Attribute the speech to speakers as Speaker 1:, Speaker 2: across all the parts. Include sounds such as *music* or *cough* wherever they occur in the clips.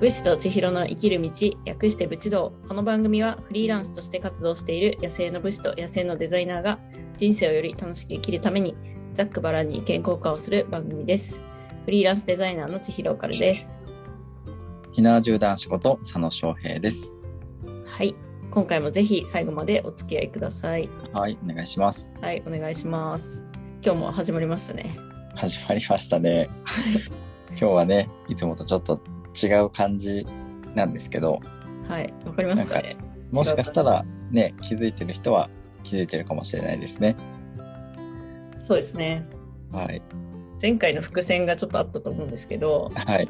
Speaker 1: 武士と千尋の生きる道略して武士道この番組はフリーランスとして活動している野生の武士と野生のデザイナーが人生をより楽しく生きるためにざっくばらんに意見交換をする番組ですフリーランスデザイナーの千尋からです
Speaker 2: ひなわじゅう男子こと佐野翔平です。
Speaker 1: はい今回もぜひ最後までお付き合いください
Speaker 2: はい、お願いします。
Speaker 1: はいお願いします今日も始まりましたね
Speaker 2: 始まりましたね。今日はね、いつもとちょっと違う感じなんですけど、
Speaker 1: はいわかりますかね
Speaker 2: もしかしたらね、気づいてる人は気づいてるかもしれないですね。
Speaker 1: そうですね
Speaker 2: はい。
Speaker 1: 前回の伏線がちょっとあったと思うんですけど
Speaker 2: はい。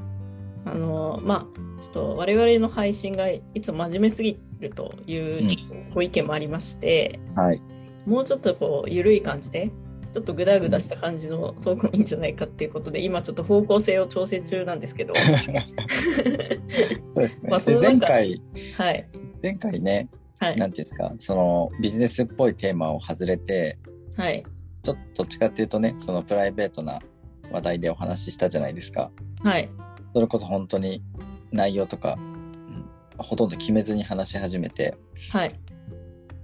Speaker 1: あのまあちょっと我々の配信がいつも真面目すぎるという
Speaker 2: うん
Speaker 1: ちょっとご意見もありまして、
Speaker 2: はい。
Speaker 1: もうちょっとこう緩い感じでちょっとグダグダした感じのトークもいいんじゃないかっていうことで今ちょっと方向性を調整中なんですけど
Speaker 2: そうですね。
Speaker 1: まあそ
Speaker 2: で
Speaker 1: の中
Speaker 2: 前回、
Speaker 1: はい
Speaker 2: 前回ね、
Speaker 1: はい
Speaker 2: なんていうんですか、そのビジネスっぽいテーマを外れて、
Speaker 1: はい
Speaker 2: ちょっとどっちかっていうとね、そのプライベートな話題でお話ししたじゃないですか。
Speaker 1: はい
Speaker 2: それこそ本当に内容とか、うんほとんど決めずに話し始めて、
Speaker 1: はい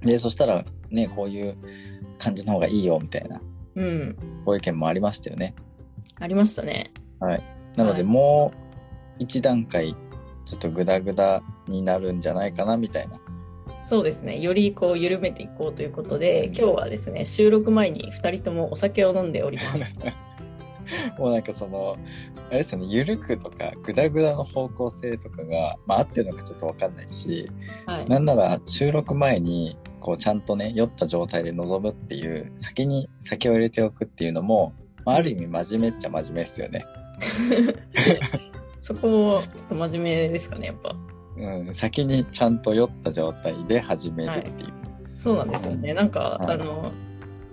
Speaker 2: で、そしたらね、こういう感じの方がいいよみたいな
Speaker 1: うん
Speaker 2: ご意見もありましたよね。
Speaker 1: ありましたね
Speaker 2: なの
Speaker 1: は
Speaker 2: で
Speaker 1: い
Speaker 2: もう一段階ちょっとグダグダになるんじゃないかなみたいな。
Speaker 1: そうですねよりこう緩めていこうということで今日はですね収録前に2人ともお酒を飲んでおります
Speaker 2: もうなんかその、あれですよね、ゆるくとかグダグダの方向性とかが、まあ合ってるのかちょっとわかんないし、
Speaker 1: はい
Speaker 2: なんなら収録前にこうちゃんとね酔った状態で臨むっていう先に酒を入れておくっていうのも、まあ、ある意味真面目っちゃ真面目ですよね。
Speaker 1: そこもちょっと真面目ですかねやっぱ
Speaker 2: うん、先にちゃんと酔った状態で始めるっていう。
Speaker 1: そうなんですよねなんか、
Speaker 2: はい
Speaker 1: あの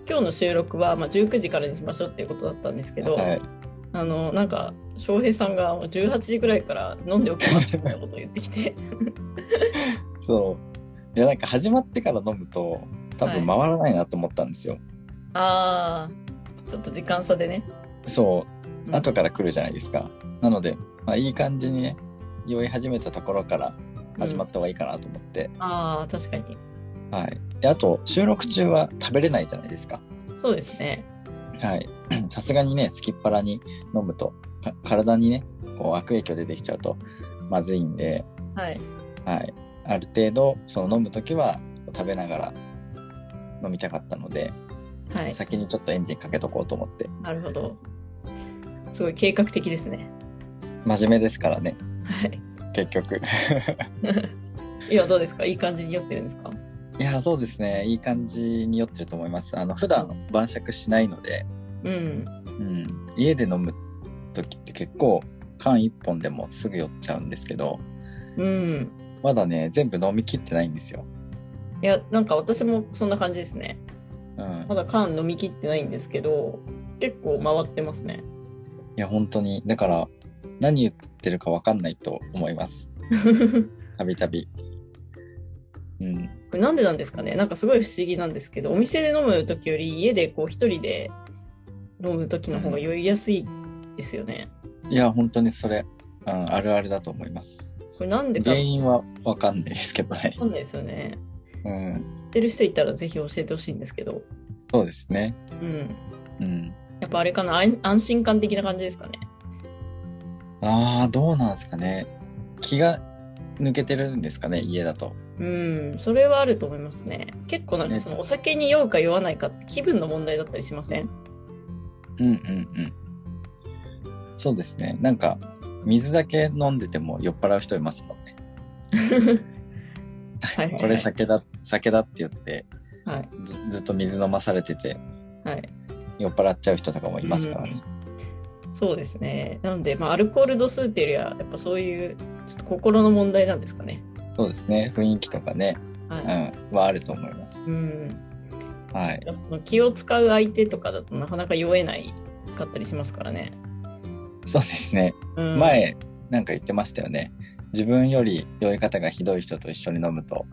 Speaker 1: 今日の収録は、まあ、19時からにしましょうっていうことだったんですけど、
Speaker 2: はい
Speaker 1: あのなんか翔平さんがもう18時ぐらいから飲んでおきますみたいなことを言ってきて *laughs*
Speaker 2: そう。いやなんか始まってから飲むと多分回らないなと思ったんですよ。
Speaker 1: ああちょっと時間差でね
Speaker 2: そう。
Speaker 1: うん
Speaker 2: 後から来るじゃないですか。なので、まあ、いい感じにね酔い始めたところから始まった方がいいかなと思って。
Speaker 1: ああ確かに
Speaker 2: はい。であと収録中は食べれないじゃないですか。
Speaker 1: そうですね
Speaker 2: はい。 *clears throat* さすがにね、すきっ腹に飲むと、か体にね、こう悪影響出てきちゃうとまずいんで、
Speaker 1: はい
Speaker 2: はい。ある程度、その飲むときは食べながら飲みたかったので、
Speaker 1: はい
Speaker 2: 先にちょっとエンジンかけとこうと思って。
Speaker 1: なるほどすごい計画的ですね
Speaker 2: 真面目ですからね、
Speaker 1: はい
Speaker 2: 結局。 *laughs*
Speaker 1: 今どうですかいい感じに酔ってるんですか
Speaker 2: いや、そうですね。いい感じに酔ってると思います。あの、普段晩酌しないので、
Speaker 1: うん
Speaker 2: うん。家で飲むときって結構、缶一本でもすぐ酔っちゃうんですけど、
Speaker 1: うん
Speaker 2: まだね、全部飲み切ってないんですよ。
Speaker 1: いやなんか私もそんな感じですね
Speaker 2: うん
Speaker 1: ま。だ缶飲み切ってないんですけど、結構回ってますね。 *laughs*
Speaker 2: いや、本当に。だから、何言ってるか分かんないと思います。たびたび。うん。
Speaker 1: これなんでなんですかねなんかすごい不思議なんですけど、お店で飲む時より家でこう一人で飲む時の方が酔いやすいですよね。
Speaker 2: いや、本当にそれ、うん、あるあるだと思います。
Speaker 1: これなんでか
Speaker 2: 原
Speaker 1: わ
Speaker 2: 因は分かんないですけどね。
Speaker 1: かんないですよね。
Speaker 2: うん。
Speaker 1: 知ってる人いたらぜひ教えてほしいんですけど。
Speaker 2: そうですね。
Speaker 1: うん。
Speaker 2: うん。
Speaker 1: やっぱあれかな安安心感的な感じですかね。
Speaker 2: ああ、どうなんですかね。気が抜けてるんですかね、家だと。
Speaker 1: うん、それはあると思いますね。結構なんかそのお酒に酔うか酔わないかって気分の問題だったりしません *laughs*
Speaker 2: うんうんうん。そうですね。なんか、水だけ飲んでても酔っ払う人いますもんね。
Speaker 1: はいはいはい
Speaker 2: これ酒だ、酒だって言って、
Speaker 1: はい。
Speaker 2: ずずっと水飲まされてて、
Speaker 1: はい。
Speaker 2: 酔っ払っちゃう人とかもいますからね。
Speaker 1: そうですね。なので、まあ、アルコール度数っていうよりは、やっぱそういうちょっと心の問題なんですかね。
Speaker 2: そうですね。雰囲気とかね、
Speaker 1: は
Speaker 2: う
Speaker 1: い。
Speaker 2: ん、はあると思います。
Speaker 1: うん。
Speaker 2: はい。
Speaker 1: その気を使う相手とかだとなかなか酔えないかったりしますからね。
Speaker 2: そうですね。
Speaker 1: うん、
Speaker 2: 前、なんか言ってましたよね。自分より酔い方がひどい人と一緒に飲むと、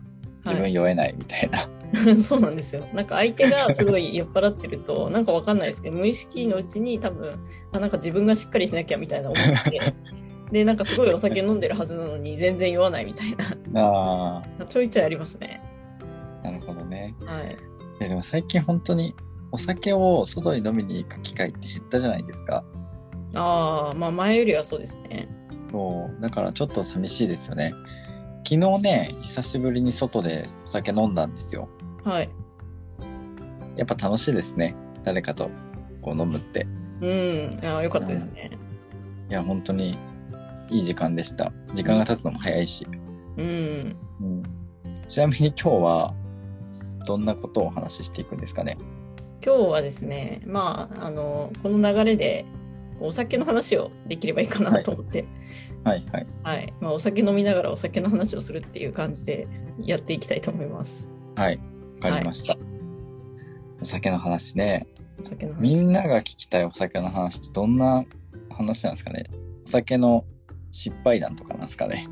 Speaker 2: 自分酔えないみたいな。
Speaker 1: はい *laughs* そうなんですよ。なんか相手がすごい酔っ払ってると、なんか
Speaker 2: *laughs*
Speaker 1: わかんないですけど、無意識のうちに多分、あ、なんか自分がしっかりしなきゃみたいな思って、で、なんかすごいお酒飲んでるはずなのに全然酔わない *laughs* みたい
Speaker 2: あ
Speaker 1: な、ちょいちょいありますね。
Speaker 2: あ、なるほどね。
Speaker 1: はい。
Speaker 2: いやでも最近本当にお酒を外に飲みに行く機会って減ったじゃないですか。
Speaker 1: ああ、まあ前よりはそうですね。
Speaker 2: そう、だからちょっと寂しいですよね。昨日ね、久しぶりに外でお酒飲んだんですよ。
Speaker 1: はい。
Speaker 2: やっぱ楽しいですね。誰かとこう飲むって。
Speaker 1: うん、ああ、よかったですね。
Speaker 2: いや、本当にいい時間でした。時間が経つのも早いし。
Speaker 1: うん。
Speaker 2: うん、ちなみに今日はどんなことをお話ししていくんですかね。
Speaker 1: 今日はですね、まあ、あの、この流れで、お酒の話をできればいいかなと思って、
Speaker 2: はいはい。
Speaker 1: はい、まあ、お酒飲みながらお酒の話をするっていう感じでやっていきたいと思います。
Speaker 2: はい。わかりました。お酒の話ね。
Speaker 1: お酒の話。
Speaker 2: みんなが聞きたいお酒の話ってどんな話なんですかね。お酒の失敗談とかなんですかね。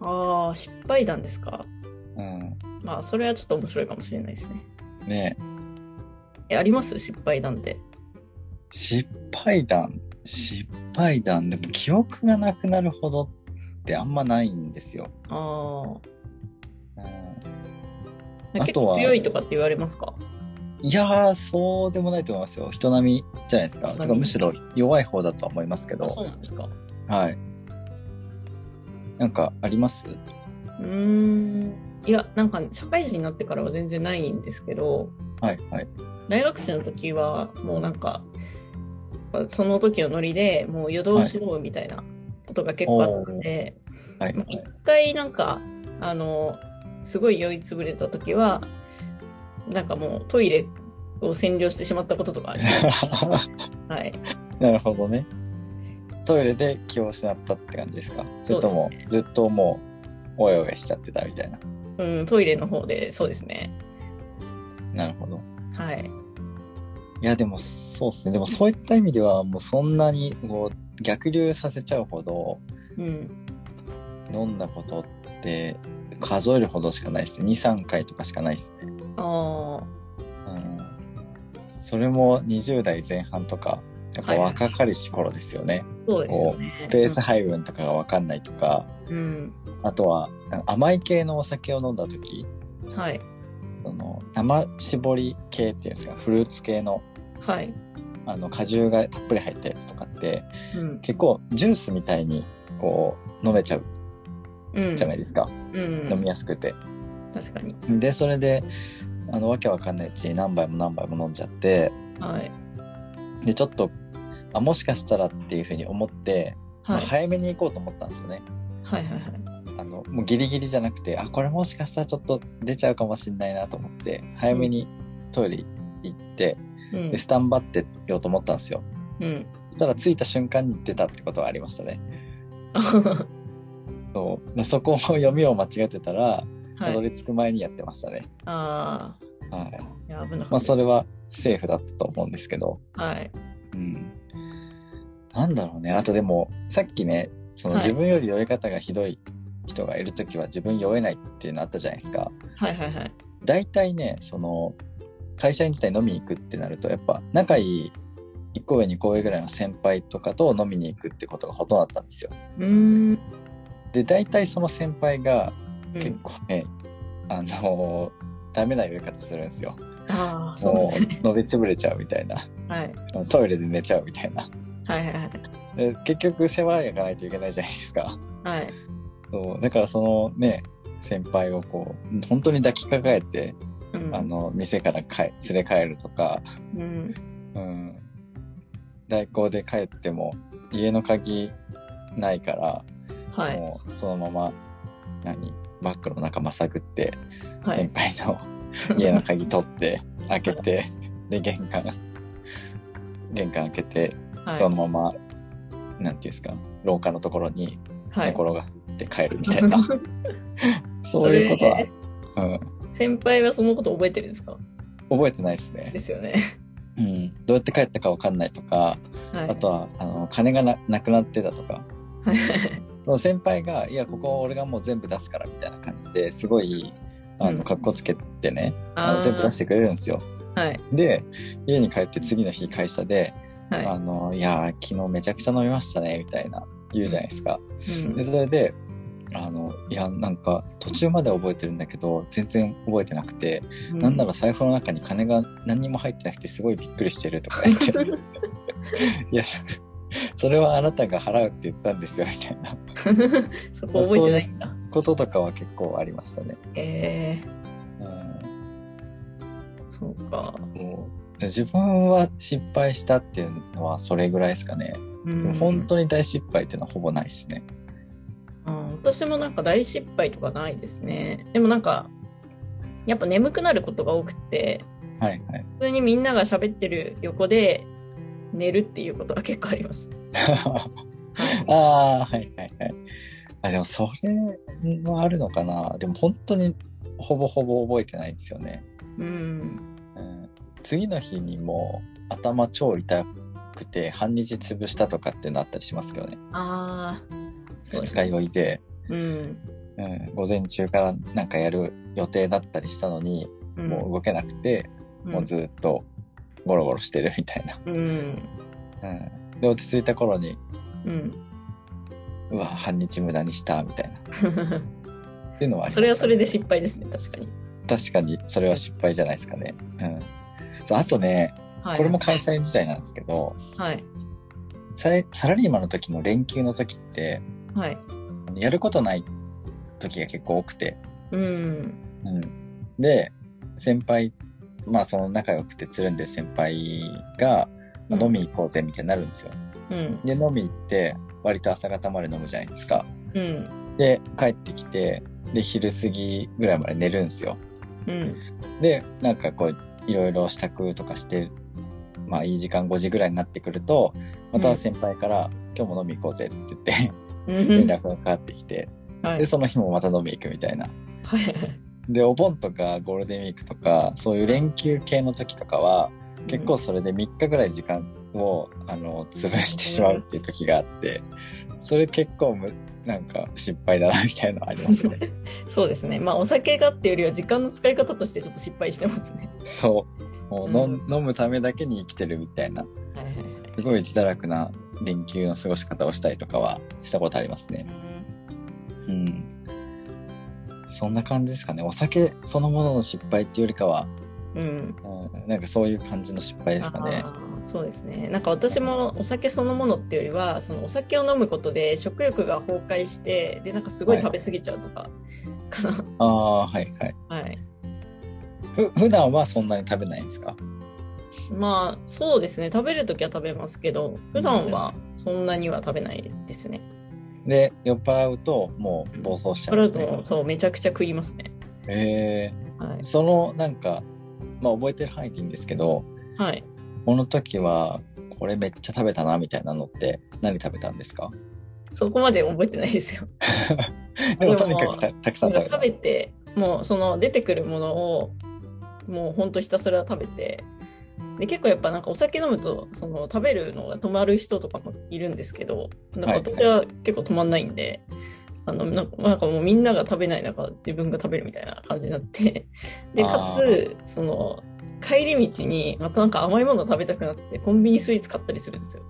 Speaker 1: ああ、失敗談ですか。
Speaker 2: うん。
Speaker 1: まあ、それはちょっと面白いかもしれないですね。
Speaker 2: ねえ
Speaker 1: え、あります失敗談って。
Speaker 2: 失敗談。失敗談。でも記憶がなくなるほどってあんまないんですよ。
Speaker 1: あ
Speaker 2: うん
Speaker 1: あ。
Speaker 2: あ
Speaker 1: 結
Speaker 2: と
Speaker 1: 構
Speaker 2: は
Speaker 1: 強いとかって言われますか
Speaker 2: いやー、そうでもないと思いますよ。人並みじゃないですか。
Speaker 1: 並み
Speaker 2: てかむしろ弱い方だとは思いますけ
Speaker 1: あそう
Speaker 2: ど。
Speaker 1: なんですか。う
Speaker 2: はい。なんかあります
Speaker 1: ーん。いや、なんか、社会人になってからは全然ないんですけど、
Speaker 2: はいはい。
Speaker 1: 大学生の時は、もうなんか、やっぱその時のノリでもう夜通し飲むみたいなことが結構あったんで、 *laughs*
Speaker 2: はい、
Speaker 1: ま
Speaker 2: は
Speaker 1: あ一
Speaker 2: い。
Speaker 1: 回なんかあのすごい酔いつぶれた時はなんかもうトイレを占領してしまったこととかあり
Speaker 2: *laughs*
Speaker 1: ます、はい、
Speaker 2: なるほどね。トイレで気を失ったって感じですかそれ
Speaker 1: そ
Speaker 2: と
Speaker 1: う
Speaker 2: も
Speaker 1: です
Speaker 2: ずっともう、おやおやしちゃってたみたいな。
Speaker 1: うん、トイレの方でそうですね
Speaker 2: なるほど。
Speaker 1: はい
Speaker 2: いや、でもそうですね。でもそういった意味では、もうそんなにこう逆流させちゃうほど
Speaker 1: うん
Speaker 2: 飲んだことって数えるほどしかないですね。2、3回とかしかないですね。
Speaker 1: あ
Speaker 2: うんそれも20代前半とかやっぱ若かりし頃ですよね、
Speaker 1: あそうですよね
Speaker 2: ペース配分とかが分かんないとか
Speaker 1: うん、
Speaker 2: あとはあの甘い系のお酒を飲んだ時
Speaker 1: うんはい
Speaker 2: その生搾り系っていうんですかフルーツ系の
Speaker 1: はい
Speaker 2: あの果汁がたっぷり入ったやつとかって
Speaker 1: うん
Speaker 2: 結構ジュースみたいにこう飲めちゃう
Speaker 1: うん
Speaker 2: じゃないですか、
Speaker 1: うん
Speaker 2: 飲みやすくて。
Speaker 1: 確かに
Speaker 2: でそれであのわけわかんないうちに何杯も何杯も飲んじゃって
Speaker 1: はい
Speaker 2: でちょっとあもしかしたらっていうふうに思ってま
Speaker 1: は
Speaker 2: あ
Speaker 1: い、
Speaker 2: 早めに行こうと思ったんですよね。
Speaker 1: はいはいはい
Speaker 2: あのもうギリギリじゃなくてあこれもしかしたらちょっと出ちゃうかもしれないなと思って早めにトイレ行って、
Speaker 1: うん
Speaker 2: でスタンバってようと思ったんですよ。
Speaker 1: うん
Speaker 2: そしたら着いた瞬間に出たってことはありましたね。そうでそこを読みを間違えてたらた
Speaker 1: は
Speaker 2: ど
Speaker 1: い
Speaker 2: り着く前にやってましたね。
Speaker 1: ああ
Speaker 2: はい
Speaker 1: いや危なかった、
Speaker 2: まあ、それはセーフだったと思うんですけど、
Speaker 1: はい
Speaker 2: うん、なんだろうねあとでもさっきねその
Speaker 1: はい
Speaker 2: 自分より酔い方がひどい人がいる時は自分酔えないっていうのあったじゃないですか。
Speaker 1: はいはいはい
Speaker 2: 大体ねその会社員自体飲みに行くってなるとやっぱ仲いい1個上2個上ぐらいの先輩とかと飲みに行くってことがほとんどだったんですよ。
Speaker 1: うーん
Speaker 2: で大体その先輩が
Speaker 1: うん
Speaker 2: 結構ね、あのーダメな酔い方するんですよ。
Speaker 1: ああそうなん
Speaker 2: も
Speaker 1: ですね
Speaker 2: う飲みつぶれちゃうみたいな
Speaker 1: はい
Speaker 2: トイレで寝ちゃうみたいな
Speaker 1: はいはいはい
Speaker 2: で結局世話焼かないといけないじゃないですか。
Speaker 1: はい。
Speaker 2: そうだからそのね先輩をこう本当に抱きかかえて、
Speaker 1: うん
Speaker 2: あの店から帰連れ帰るとか
Speaker 1: うん、
Speaker 2: うん、代行で帰っても家の鍵ないから、
Speaker 1: はい。
Speaker 2: もうそのまま何バッグの中まさぐって、
Speaker 1: は
Speaker 2: 先
Speaker 1: い。
Speaker 2: 輩
Speaker 1: *laughs*
Speaker 2: の家の鍵取って開けてで玄関玄関開けて、
Speaker 1: はい
Speaker 2: そのままなんていうんですか廊下のところに
Speaker 1: は
Speaker 2: 寝
Speaker 1: い。
Speaker 2: 転がって帰るみたいな、そういうことは、うん、
Speaker 1: *laughs* 先輩はそのこと覚えてるんですか
Speaker 2: 覚えてないですね
Speaker 1: で、すよね。
Speaker 2: うん、どうやって帰ったかわかんないとか
Speaker 1: はい。
Speaker 2: あとはあの金がななくなってたとか
Speaker 1: はい。
Speaker 2: その先輩が「いやここ俺がもう全部出すから」みたいな感じですごいあ
Speaker 1: うん
Speaker 2: の格好つけてね、あ
Speaker 1: あ
Speaker 2: の
Speaker 1: ー
Speaker 2: 全部出してくれるんですよ。
Speaker 1: はい。
Speaker 2: で家に帰って次の日会社で
Speaker 1: はい。
Speaker 2: あの、いやー、昨日めちゃくちゃ飲みましたね、みたいな、言うじゃないですか。
Speaker 1: うん
Speaker 2: で、それで、あの、いや、なんか、途中まで覚えてるんだけど、全然覚えてなくて、なんなら財布の中に金が何にも入ってなくて、すごいびっくりしてるとか
Speaker 1: *laughs*
Speaker 2: 言って、いや、それはあなたが払うって言ったんですよ、みたいな
Speaker 1: *laughs* そこ覚えてないんだ。
Speaker 2: こととかは結構ありましたね。
Speaker 1: え
Speaker 2: うん、
Speaker 1: ー、そうか。
Speaker 2: もう自分は失敗したっていうのはそれぐらいですかね。
Speaker 1: う
Speaker 2: でも
Speaker 1: ん
Speaker 2: 本当に大失敗っていうのはほぼないですね。
Speaker 1: うん私もなんか大失敗とかないですね。でもなんか、やっぱ眠くなることが多くて、
Speaker 2: はいはい。
Speaker 1: 普通にみんなが喋ってる横で寝るっていうことが結構あります。
Speaker 2: *laughs* ああ、はいはいはい。あ、でもそれもあるのかな。でも本当にほぼほぼ覚えてないですよね。
Speaker 1: うん。
Speaker 2: うん、次の日にもう頭超痛くて半日潰したとかっていうのあったりしますけどね。
Speaker 1: ああ、そうです
Speaker 2: 二日
Speaker 1: ね。
Speaker 2: 酔いで、
Speaker 1: うん。
Speaker 2: うん、午前中からなんかやる予定だったりしたのに、
Speaker 1: うん
Speaker 2: もう動けなくて、もうずっとゴロゴロしてるみたいな。
Speaker 1: うん。
Speaker 2: うん、で、落ち着いた頃に、
Speaker 1: うん。
Speaker 2: うわ、半日無駄にした、みたいな。っていうのはありましたね
Speaker 1: それはそれで失敗ですね、確かに。
Speaker 2: 確かにそれは失敗じゃないですかね。うん、そうあとね
Speaker 1: はい。
Speaker 2: これも会社員時代なんですけど
Speaker 1: はい。
Speaker 2: サラサラリーマンの時の連休の時って
Speaker 1: はい。
Speaker 2: やることない時が結構多くて、
Speaker 1: うん。
Speaker 2: うん、で先輩まあその仲良くてつるんでる先輩が、まあ飲み行こうぜみたいになるんですよ。
Speaker 1: うん。
Speaker 2: で飲み行って割と朝方まで飲むじゃないですか。
Speaker 1: うん。
Speaker 2: で帰ってきてで昼過ぎぐらいまで寝るんですよ。
Speaker 1: うん。
Speaker 2: でなんかこういろいろ支度とかしてまあいい時間5時ぐらいになってくるとまた先輩から「今日も飲み行こうぜ」って言って
Speaker 1: うん
Speaker 2: 連絡がかかってきて、
Speaker 1: はい
Speaker 2: で。その日もまた飲み行くみたいな。
Speaker 1: はい。
Speaker 2: でお盆とかゴールデンウィークとかそういう連休系の時とかは *laughs* 結構それで3日ぐらい時間をあの潰してしまうっていう時があってそれ結構むなんか失敗だなみたいなのありま
Speaker 1: *laughs*
Speaker 2: すね。
Speaker 1: そうですね。まあ、お酒がっていうよりは、時間の使い方としてちょっと失敗してますね。
Speaker 2: そうもうのん
Speaker 1: う
Speaker 2: 飲むためだけに生きてるみたいな
Speaker 1: はいはいはい。
Speaker 2: すごい自堕落な連休の過ごし方をしたりとかはしたことありますね。うん。そんな感じですかね。お酒そのものの失敗っていうよりかは、
Speaker 1: うん。
Speaker 2: うん、なんかそういう感じの失敗ですかね。
Speaker 1: あーそうですね。なんか私もお酒そのものっていうよりは、そのお酒を飲むことで食欲が崩壊して、で、なんかすごい食べ過ぎちゃうとか、かな。
Speaker 2: ああー、はいはい。
Speaker 1: はい。
Speaker 2: ふ、普段はそんなに食べないんですか
Speaker 1: まあ、そうですね。食べるときは食べますけど、普段はそんなには食べないですね。
Speaker 2: で、酔っ払うともう暴走しちゃ
Speaker 1: そ
Speaker 2: うん
Speaker 1: れ
Speaker 2: ですね
Speaker 1: と、。そう、めちゃくちゃ食いますね。
Speaker 2: へえ
Speaker 1: はい。
Speaker 2: そのなんか、まあ覚えてる範囲でいいんですけど、
Speaker 1: はい。
Speaker 2: この時はこれめっちゃ食べたなみたいなのって何食べたんですか
Speaker 1: そこまで覚えてないですよ。
Speaker 2: でもとにかくたたくさん食べた
Speaker 1: 食。べてもうその出てくるものをもうほんとひたすら食べてで結構やっぱなんかお酒飲むとその食べるのが止まる人とかもいるんですけどなんか
Speaker 2: はい
Speaker 1: 私は結構止まんないんで、あのなんかなんかもうみんなが食べない中自分が食べるみたいな感じにな
Speaker 2: *laughs*
Speaker 1: ってでか
Speaker 2: あ
Speaker 1: つその帰り道にまたなんか甘いもの食べたくなってコンビニスイーツ買ったりするんですよ。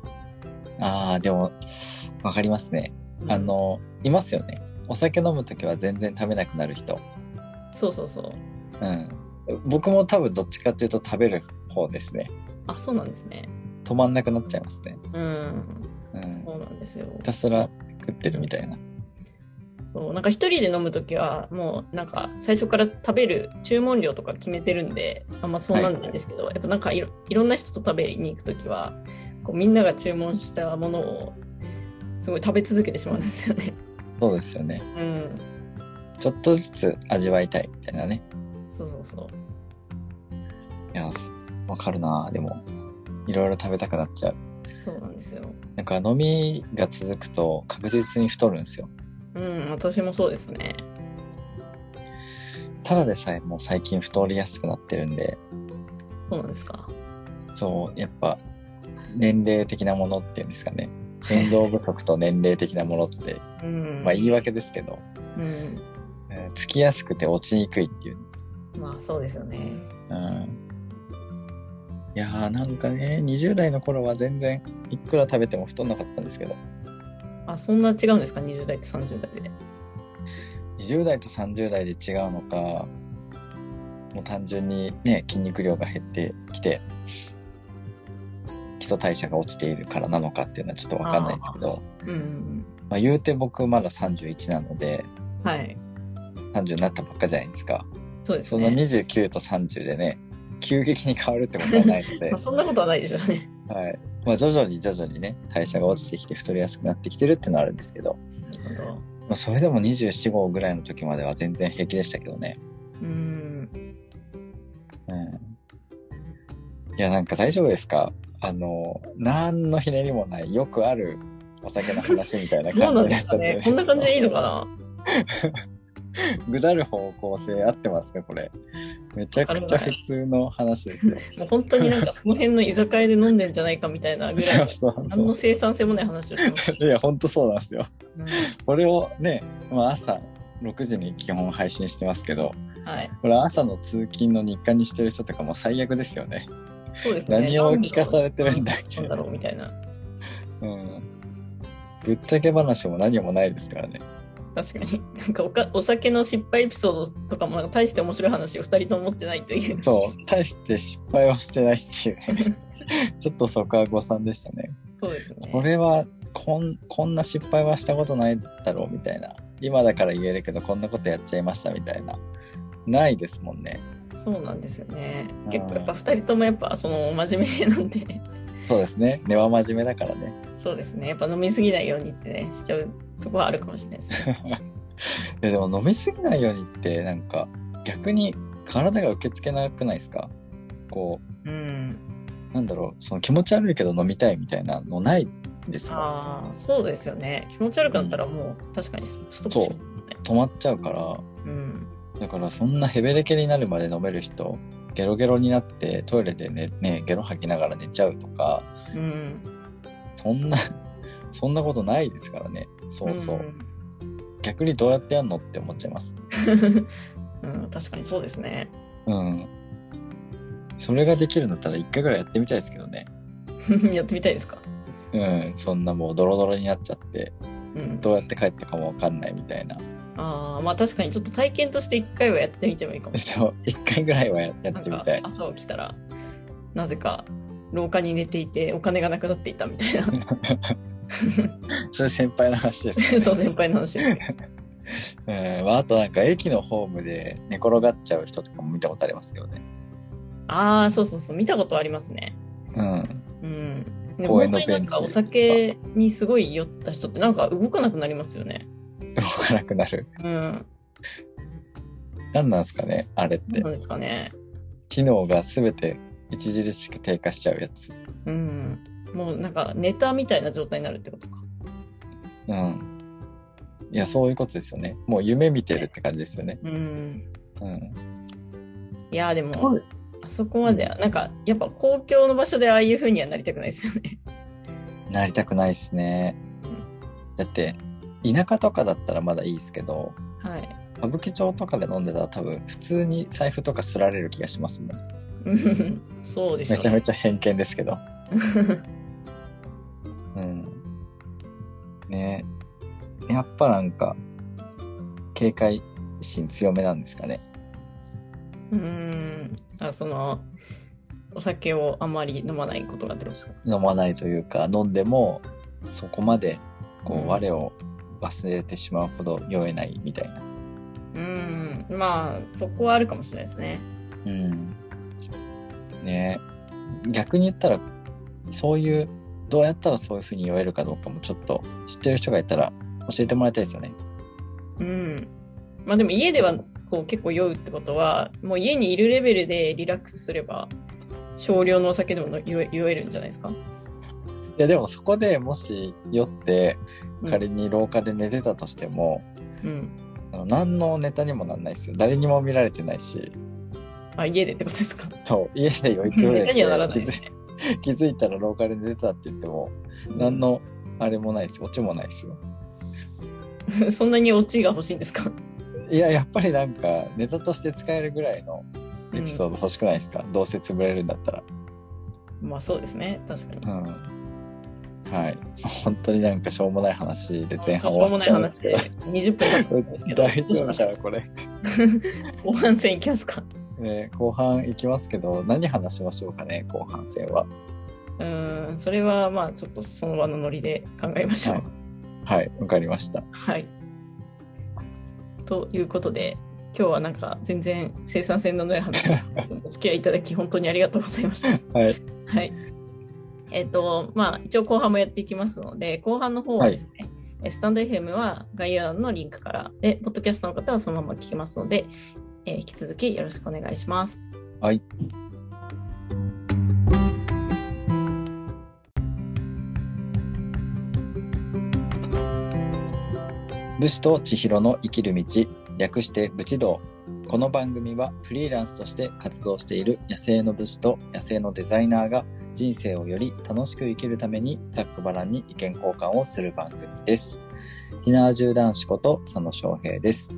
Speaker 2: ああ、でも、わかりますね。あの、いますよね。お酒飲むときは全然食べなくなる人。
Speaker 1: そうそうそう
Speaker 2: うん。僕も多分どっちかっていうと食べる方ですね。
Speaker 1: あそうなんですね。
Speaker 2: 止まんなくなっちゃいますね。
Speaker 1: うん、
Speaker 2: うん。ひ
Speaker 1: そうなんですよ。
Speaker 2: たすら食ってるみたいな。
Speaker 1: そうなんか一人で飲む時はもうなんか最初から食べる注文量とか決めてるんであんまそうなんないんですけど、やっぱなんかいろいろんな人と食べに行く時はこうみんなが注文したものをすごい食べ続けてしまうんですよね。
Speaker 2: そうですよね。
Speaker 1: うん、
Speaker 2: ちょっとずつ味わいたいみたいなね。
Speaker 1: そうそうそう。
Speaker 2: いや、わかるなでも、いろいろ食べたくなっちゃう。
Speaker 1: そうなんですよ。
Speaker 2: なんか飲みが続くと確実に太るんですよ。
Speaker 1: うん、私もそうですね。
Speaker 2: ただでさえもう最近太りやすくなってるんで、
Speaker 1: そうなんですか。
Speaker 2: そう、やっぱ、年齢的なものっていうんですかね。運動不足と年齢的なものって、
Speaker 1: うん、
Speaker 2: まあ言い訳ですけど、
Speaker 1: うん。
Speaker 2: うんつきやすくて落ちにくいっていう。
Speaker 1: まあそうですよね。
Speaker 2: うん。いいやーなんかね20代の頃は全然いくら食べても太んなかったんですけど
Speaker 1: あ、そんな違うんですか ?20 代と30代で。
Speaker 2: 20代と30代で違うのかもう単純にね筋肉量が減ってきて基礎代謝が落ちているからなのかっていうのはちょっと分かんないですけど
Speaker 1: うんうん
Speaker 2: まあ、言うて僕まだ31なので
Speaker 1: うん。はい。
Speaker 2: 30になったばっかじゃないですか
Speaker 1: そうです
Speaker 2: その
Speaker 1: ね。
Speaker 2: 29と30でね急激に変わるってことはないので
Speaker 1: ま *laughs* あ、、そんなことはないでしょうね。
Speaker 2: はいまあ、徐々に徐々にね代謝が落ちてきて太りやすくなってきてるっていうのはあるんですけど、
Speaker 1: なるほど。
Speaker 2: まあ、それでも24 5ぐらいの時までは全然平気でしたけどね
Speaker 1: うん。
Speaker 2: うんいや、なんか大丈夫ですかあの、何のひねりもない、よくあるお酒の話みたいな
Speaker 1: どうな
Speaker 2: 感じ
Speaker 1: ん
Speaker 2: に
Speaker 1: で
Speaker 2: な
Speaker 1: す
Speaker 2: っちゃ
Speaker 1: か
Speaker 2: って
Speaker 1: ね
Speaker 2: る。
Speaker 1: こんな感じでいいのかな
Speaker 2: ぐだる方向性合ってますかこれ。めちゃくちゃ普通の話ですよ。
Speaker 1: もう本当になんかその辺の居酒屋で飲んでんじゃないかみたいなぐらい、
Speaker 2: *laughs* そうそう
Speaker 1: 何
Speaker 2: そ
Speaker 1: の生産性もない話をしてます。
Speaker 2: う。いや、ほんとそうなんですよ。
Speaker 1: う
Speaker 2: これをね、まあ、朝6時に基本配信してますけど、
Speaker 1: んはい。
Speaker 2: これ朝の通勤の日課にしてる人とかもう最悪ですよね。
Speaker 1: そうですね。
Speaker 2: 何を聞かされてるんだっけ
Speaker 1: なんだろうみたいな。
Speaker 2: うん。ぶっちゃけ話も何もないですからね。
Speaker 1: 確かに。なんかおかお酒の失敗エピソードとかもなんか大して面白い話を2人とも持ってないという。
Speaker 2: そう、大して失敗はしてないっていうね。ちょっとそこは誤算でしたね。
Speaker 1: そうですね。
Speaker 2: これはこん、こんな失敗はしたことないだろうみたいな。今だから言えるけど、こんなことやっちゃいましたみたいな。ないですもんね。
Speaker 1: そうなんですよね。
Speaker 2: うん
Speaker 1: 結構やっぱ2人ともやっぱその真面目なんで、
Speaker 2: そうですね。根は真面目だからね。
Speaker 1: そうですね。やっぱ飲みすぎないようにってね、しちゃうとこはあるかもしれないです
Speaker 2: *laughs*
Speaker 1: ね。
Speaker 2: いやでも飲みすぎないようにって、なんか逆に体が受け付けなくないですかこ
Speaker 1: うん。
Speaker 2: う、なんだろう、その気持ち悪いけど飲みたいみたいなのないんですよ。
Speaker 1: ああ、そうですよね。気持ち悪くなったらもう確かにストップしますもんね。
Speaker 2: 止まっちゃうから。
Speaker 1: うん。
Speaker 2: だからそんなヘベレケになるまで飲める人ゲロゲロになってトイレでねねゲロ吐きながら寝ちゃうとか
Speaker 1: うん。
Speaker 2: そんな *laughs* そんなことないですからねそうそう、
Speaker 1: ん
Speaker 2: 逆にどうやってやんのって思っちゃいます
Speaker 1: うん、 *laughs* 確かにそうですね。 *laughs*
Speaker 2: うんそれができるんだったら一回ぐらいやってみたいですけどね
Speaker 1: やってみたいですか。
Speaker 2: うんそんなもうドロドロになっちゃって
Speaker 1: うん。
Speaker 2: どうやって帰ったかもわかんないみたいな *laughs*
Speaker 1: ああ、まあ確かにちょっと体験として一回はやってみてもいいかもし
Speaker 2: そう一回ぐらいはやや
Speaker 1: れ
Speaker 2: っ
Speaker 1: ない。
Speaker 2: て
Speaker 1: な
Speaker 2: み
Speaker 1: ん
Speaker 2: たい
Speaker 1: か朝起きたら、なぜか廊下に寝ていてお金がなくなっていたみたい
Speaker 2: *laughs*
Speaker 1: な。
Speaker 2: それ先輩の話
Speaker 1: *laughs*
Speaker 2: です
Speaker 1: そう先輩の話ですけ
Speaker 2: うんまあ、あとなんか駅のホームで寝転がっちゃう人とかも見たことありますけどね
Speaker 1: ど。ああ、そうそうそう、見たことありますね。
Speaker 2: うん
Speaker 1: うん。でも
Speaker 2: 公園のベンチ
Speaker 1: 本当になんかお酒にすごい酔った人ってなんか動かなくなりますよね。
Speaker 2: 動かなくなる。
Speaker 1: うん。
Speaker 2: 何なんですかねあれっ
Speaker 1: そう
Speaker 2: て
Speaker 1: な。んですかね。
Speaker 2: 機能が全て著しく低下しちゃうやつ。
Speaker 1: うん。もうなんかネタみたいな状態になるってことか。
Speaker 2: うん。いや、そういうことですよね。もう夢見てるって感じですよね。
Speaker 1: うん。
Speaker 2: うん。
Speaker 1: いやーで
Speaker 2: は
Speaker 1: も
Speaker 2: い、
Speaker 1: あそこまでは、なんか、やっぱ公共の場所でああいう風にはなりたくないですよね。
Speaker 2: なりたくないですね。だって、田舎とかだったらまだいいですけど、
Speaker 1: *laughs* はい。
Speaker 2: 歌舞伎町とかで飲んでたら多分普通に財布とかすられる気がしますもん。
Speaker 1: うんそうでしょ
Speaker 2: め
Speaker 1: う、
Speaker 2: ちゃ
Speaker 1: ね。
Speaker 2: めちゃ偏見ですけど。うん。ねやっぱなんか、警戒心強めなんですかね。
Speaker 1: *laughs* うーん。あ、その、お酒をあまり飲まないことがってことですか。
Speaker 2: 飲まないというか飲んでもそこまでこ
Speaker 1: うん
Speaker 2: う我を忘れてしまうほど酔えないみたいな、
Speaker 1: うん。まあ、そこはあるかもしれないですね。
Speaker 2: うん、ねえ逆に言ったらそういうどうやったらそういうふうに酔えるかどうかもちょっと知ってる人がいたら教えてもらいたいですよね
Speaker 1: うん。まあでも家ではこう結構酔うってことは、もう家にいるレベルでリラックスすれば、少量のお酒でもの酔え酔えるんじゃないですか。
Speaker 2: いやでもそこでもし酔って
Speaker 1: うん
Speaker 2: 仮に廊下で寝てたとしても、
Speaker 1: うん。
Speaker 2: あの何のネタにもなんないですよ誰にも見られてないし
Speaker 1: あ、家でってことですか。
Speaker 2: そう家で酔いつぶ
Speaker 1: *laughs* ネ
Speaker 2: れ
Speaker 1: タ
Speaker 2: て
Speaker 1: にはならないですね。
Speaker 2: 気づいたら廊下で寝てたって言っても何のあれもないです。オチもないですよ。
Speaker 1: *laughs* そんなにオチが欲しいんですか
Speaker 2: いや、やっぱりなんか、ネタとして使えるぐらいのエピソー
Speaker 1: ー
Speaker 2: ド欲しくないですか、どうせ潰れるんだったら。
Speaker 1: まあそうですね。確かに。
Speaker 2: うん。はい。本当になんかしょうもない話で前半
Speaker 1: しょう
Speaker 2: 終
Speaker 1: も
Speaker 2: わっ
Speaker 1: な
Speaker 2: ち
Speaker 1: い
Speaker 2: ゃうんで
Speaker 1: 話
Speaker 2: すけ
Speaker 1: で
Speaker 2: ど。
Speaker 1: 20分だったんですけど。
Speaker 2: 大丈夫かなこれ、
Speaker 1: 後半戦いきますか。
Speaker 2: ね、後半いきますけど何話しましょうかね後半戦は
Speaker 1: うーん、それはまあちょっとその場のノリで考えましょう。
Speaker 2: はいわかりました
Speaker 1: はい。ということで、今日はなんか全然生産性のない話
Speaker 2: *laughs*
Speaker 1: お付き合いいただき本当にありがとうございました。
Speaker 2: はい
Speaker 1: はい。えっ、と、まあ、一応後半もやっていきますので、後半の方はですね、えスタンド FM は概要欄のリンクからで、ポッドキャストの方はそのまま聞けますので、えー引き続きよろしくお願いします。
Speaker 2: はい。武士と千尋の生きる道略して武士道この番組はフリーランスとして活動している野生の武士と野生のデザイナーが人生をより楽しく生きるためにざっくばらんに意見交換をする番組です。ひなわ縦男子こと佐野翔平です。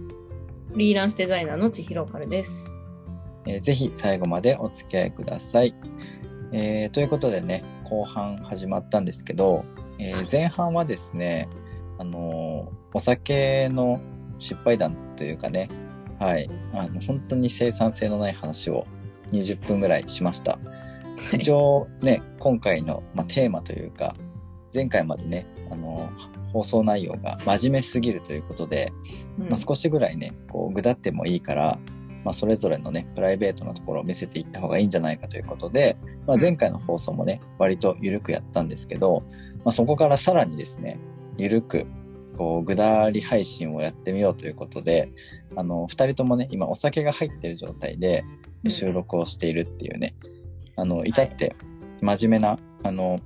Speaker 1: フリーランスデザイナーの千尋からです。
Speaker 2: えーぜひ最後までお付き合いください。えーということでね後半始まったんですけど、えー
Speaker 1: はい
Speaker 2: 前半はですね、あのーお酒の失敗談というかね、はい、あの本当に生産性のない話を20分ぐらいしました。
Speaker 1: い
Speaker 2: 一応ね今回の、まあ、テーマというか前回までね、あのー放送内容が真面目すぎるということで、
Speaker 1: うん
Speaker 2: まあ、少しぐらいねこうぐだってもいいから、まあ、それぞれのねプライベートなところを見せていった方がいいんじゃないかということで、まあ、前回の放送もね割と緩くやったんですけど、まあ、そこからさらにですね緩くこうぐだり配信をやってみようということであの2人ともね今お酒が入ってる状態で
Speaker 1: うん
Speaker 2: 収録をしているっていうね、あの至って真面目なあの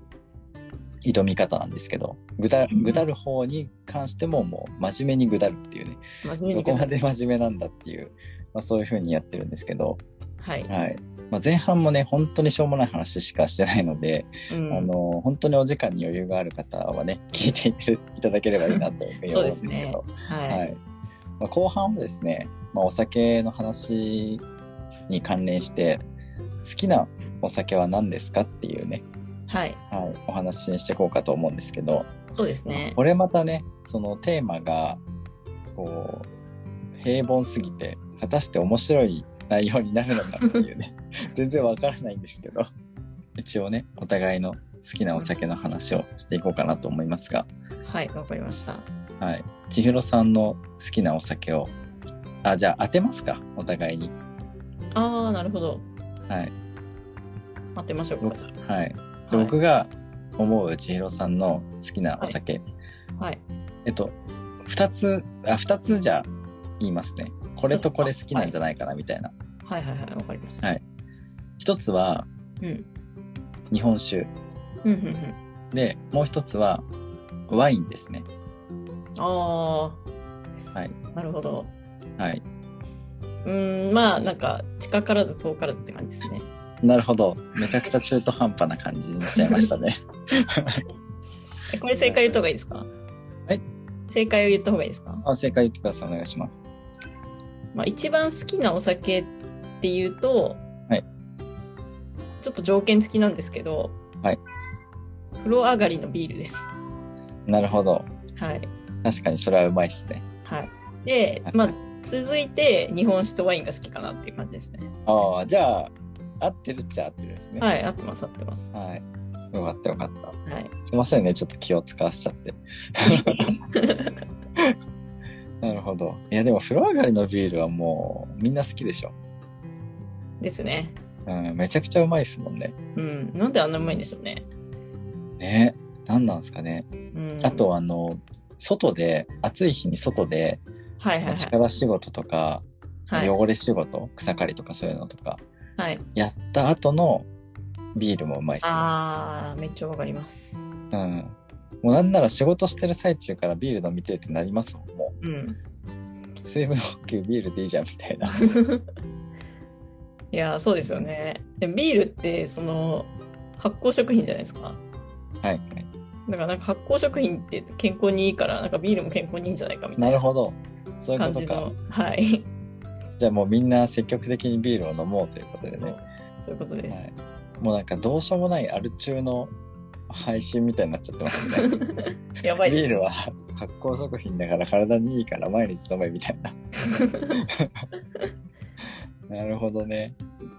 Speaker 2: 挑み方なんですけどぐだ
Speaker 1: うん
Speaker 2: ぐだる方に関してももう真面目にぐだるっていうね
Speaker 1: 真面目
Speaker 2: ど
Speaker 1: に
Speaker 2: こまで真面目なんだっていう、まあ、そういう風にやってるんですけど、
Speaker 1: はい。
Speaker 2: はいまあ、前半もね本当にしょうもない話しかしてないので、
Speaker 1: うん
Speaker 2: あの本当にお時間に余裕がある方はね聞いていていただければいいなというふうに思うんですけど
Speaker 1: *laughs* そうはい。
Speaker 2: はいまあ、後半はですね、まあ、お酒の話に関連して好きなお酒は何ですかっていうね、
Speaker 1: はい。
Speaker 2: はい、お話にしていこうかと思うんですけど、
Speaker 1: そうですね。
Speaker 2: これまたねそのテーマがこう平凡すぎて果たして面白い内容になるのかっていう *laughs* ね全然わからないんですけど一応ねお互いの好きなお酒の話をしていこうかなと思いますが、
Speaker 1: はい、わかりました。
Speaker 2: はい、千尋さんの好きなお酒をあじゃあ当てますかお互いに
Speaker 1: ああ、なるほど。
Speaker 2: はい、
Speaker 1: 待ってましょうか。じゃ
Speaker 2: はいで
Speaker 1: あはい
Speaker 2: 僕が思う千尋さんの好きなお酒、
Speaker 1: はい。
Speaker 2: えっと2つあ二つじゃあ言いますねこれとこれ好きなんじゃないかなみたいな
Speaker 1: はいはいはい、わかりました。
Speaker 2: はい一つは
Speaker 1: うん。
Speaker 2: 日本酒
Speaker 1: うんうんうん。
Speaker 2: でもう一つはワインですね
Speaker 1: ああ。
Speaker 2: はい。
Speaker 1: なるほど。
Speaker 2: はいう
Speaker 1: ーん、まあ、なんか、近からず遠からずって感じですね。
Speaker 2: なるほどめちゃくちゃ中途半端な感じにしちゃいまし
Speaker 1: *laughs*
Speaker 2: たね
Speaker 1: えこれ正解言った方がいいですか
Speaker 2: はい。
Speaker 1: 正解を言った方がいいですか
Speaker 2: あ正解言ってくださいお願いします
Speaker 1: まあ、一番好きなお酒っていうと、
Speaker 2: はい。
Speaker 1: ちょっと条件付きなんですけど、
Speaker 2: はい。
Speaker 1: 風呂上がりのビールです。
Speaker 2: なるほど
Speaker 1: はい。
Speaker 2: 確かにそれはうまいっすね
Speaker 1: はい。で
Speaker 2: は、い
Speaker 1: まあ、続いて日本酒とワインが好きかなっていう感じですね。
Speaker 2: ああじゃあ合ってるっちゃ合ってるですね
Speaker 1: はい、合ってます、合ってます。
Speaker 2: はい、よかったよかった
Speaker 1: はい。
Speaker 2: すいませんねちょっと気を使わしちゃってなるほどいやでも風呂上がりのビールはもうみんな好きでしょ、
Speaker 1: ですね。
Speaker 2: うん、めちゃくちゃうまいっすもんね
Speaker 1: うん。なんであんなうまいんでしょうね。
Speaker 2: ね何なんですかね
Speaker 1: うん。
Speaker 2: あと、あの、外で、暑い日に外で、
Speaker 1: はいはい
Speaker 2: まあ
Speaker 1: はい。
Speaker 2: 力仕事とか、
Speaker 1: はい。
Speaker 2: 汚れ仕事、草刈りとかそういうのとか、
Speaker 1: はい、
Speaker 2: やった後のビールもうまいっすよ。
Speaker 1: あー、めっちゃわかります。
Speaker 2: うん。もうなんなら仕事してる最中からビール飲みてえってなりますもん。も
Speaker 1: うん。 *laughs*
Speaker 2: う、水分補給ビールでいいじゃんみたいな。
Speaker 1: いやー、そうですよね。でビールって、その、発酵食品じゃないですか。
Speaker 2: はい。
Speaker 1: だからなんか発酵食品って健康にいいから、なんかビールも健康にいいんじゃないかみた
Speaker 2: ないる
Speaker 1: な
Speaker 2: ほど。そういう
Speaker 1: 感
Speaker 2: こ
Speaker 1: じ
Speaker 2: とか
Speaker 1: の。。はい。
Speaker 2: じゃあもうみんな積極的にビールを飲もうということ
Speaker 1: *laughs* そ
Speaker 2: で
Speaker 1: う
Speaker 2: ね。
Speaker 1: そういうことです。
Speaker 2: はい、もうなんかどうしようもないアル中の配信みたいになっちゃってます
Speaker 1: *laughs*
Speaker 2: ね
Speaker 1: やばい
Speaker 2: ビ
Speaker 1: で
Speaker 2: ー
Speaker 1: す。
Speaker 2: ルは発酵食品だから体にいいから毎日飲めみたい
Speaker 1: *laughs*
Speaker 2: ななるほどね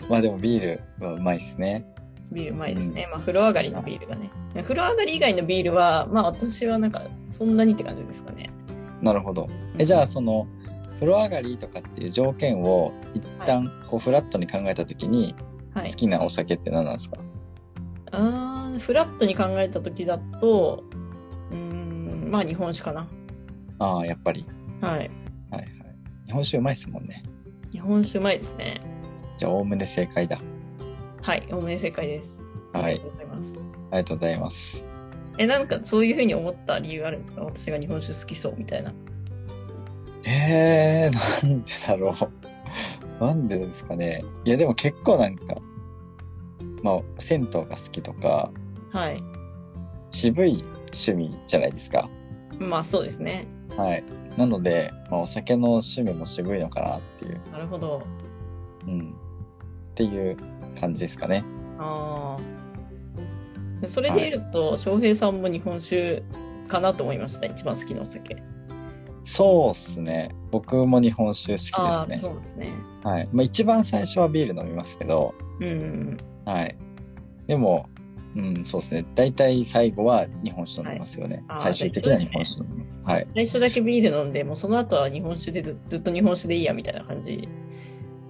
Speaker 2: まあでもビールはうまいっすね
Speaker 1: ビールうまいですね。まあ、風呂上がりのビールがね。風呂上がり以外のビールは、まあ、私はなんか、そんなにって感じですかね。
Speaker 2: なるほどえじゃあその風呂上がりとかっていう条件を一旦こうフラットに考えた時に
Speaker 1: は
Speaker 2: 好
Speaker 1: い。
Speaker 2: きなお酒って何なんですか、
Speaker 1: あーフラットに考えた時だと、うーん、まあ、日本酒かな。
Speaker 2: ああやっぱり
Speaker 1: はい。
Speaker 2: はいはい日本酒うまいっすもんね
Speaker 1: 日本酒うまいですね。
Speaker 2: じゃあおおむね正解だ
Speaker 1: はい。おおむね正解です。
Speaker 2: は
Speaker 1: あり
Speaker 2: い
Speaker 1: がとうございます。
Speaker 2: ありがとうございます
Speaker 1: え、なんか、そういうふうに思った理由あるんですか私が日本酒好きそうみたいな。
Speaker 2: えー、なんでだろう。 *laughs* なんでですかね。いや、でも結構なんか、まあ、銭湯が好きとか、
Speaker 1: はい。
Speaker 2: 渋い趣味じゃないですか。
Speaker 1: まあ、そうですね。
Speaker 2: はい。なので、まあ、お酒の趣味も渋いのかなっていう、
Speaker 1: なるほど。
Speaker 2: うん。っていう感じですかね。
Speaker 1: ああ。それで言うと、翔平さんも日本酒かなと思いました、一番好きなお酒。
Speaker 2: そうっすね。僕も日本酒
Speaker 1: あ
Speaker 2: 好き
Speaker 1: あ
Speaker 2: ですね。
Speaker 1: そうですね。
Speaker 2: はい。まあ、一番最初はビール飲みますけど、
Speaker 1: うん。
Speaker 2: はい。でも、うん、そうですね。大体最後は日本酒飲みますよね。
Speaker 1: はいあー
Speaker 2: 最終的には日本酒飲みます。はい。
Speaker 1: 最初だけビール飲んで、もうその後は日本酒でずずっと日本酒でいいやみたいな感じ。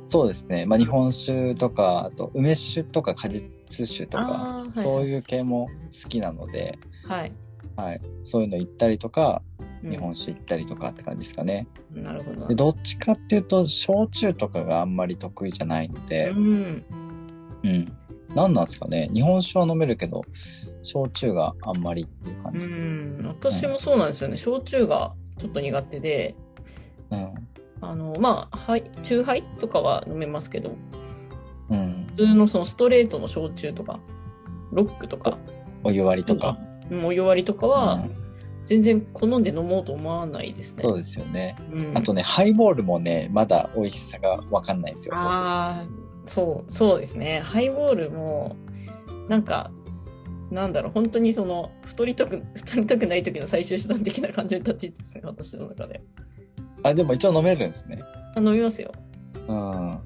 Speaker 2: そうですね。まあ、日本酒とか、あと梅酒とか果実酒と
Speaker 1: あー
Speaker 2: か
Speaker 1: は、い
Speaker 2: そういう系も好きなので、
Speaker 1: はい。
Speaker 2: はい。そういうの行ったりとか、
Speaker 1: うん
Speaker 2: 日本酒行ったりとかって感じですかね。
Speaker 1: なるほど。
Speaker 2: でどっちかっていうと、焼酎とかがあんまり得意じゃないので
Speaker 1: う、ん。
Speaker 2: うん。何なんですかね。日本酒は飲めるけど、焼酎があんまりっていう感
Speaker 1: う
Speaker 2: じ。
Speaker 1: ん。私もそうなんですよね。焼酎がちょっと苦手で、
Speaker 2: うん。
Speaker 1: あの、まあ、はい、酎ハイとかは飲めますけど、
Speaker 2: うん。
Speaker 1: 普通のそのストレートの焼酎とか、ロックとか、
Speaker 2: お湯割りとか。
Speaker 1: うんお湯割りとかは、
Speaker 2: うん
Speaker 1: 全然好んで飲もうと思わないですね。
Speaker 2: そうですよね。
Speaker 1: うん
Speaker 2: あとね、ハイボールもね、まだ美味しさがわかんないんですよ。
Speaker 1: あーそうそうですねハイボールもなんかなんだろう本当にその太りたく太りたくない時の最終手段的な感じの立ち位置ですね私の中で
Speaker 2: あ、でも一応飲めるんですね。
Speaker 1: あ飲みますよ
Speaker 2: うん。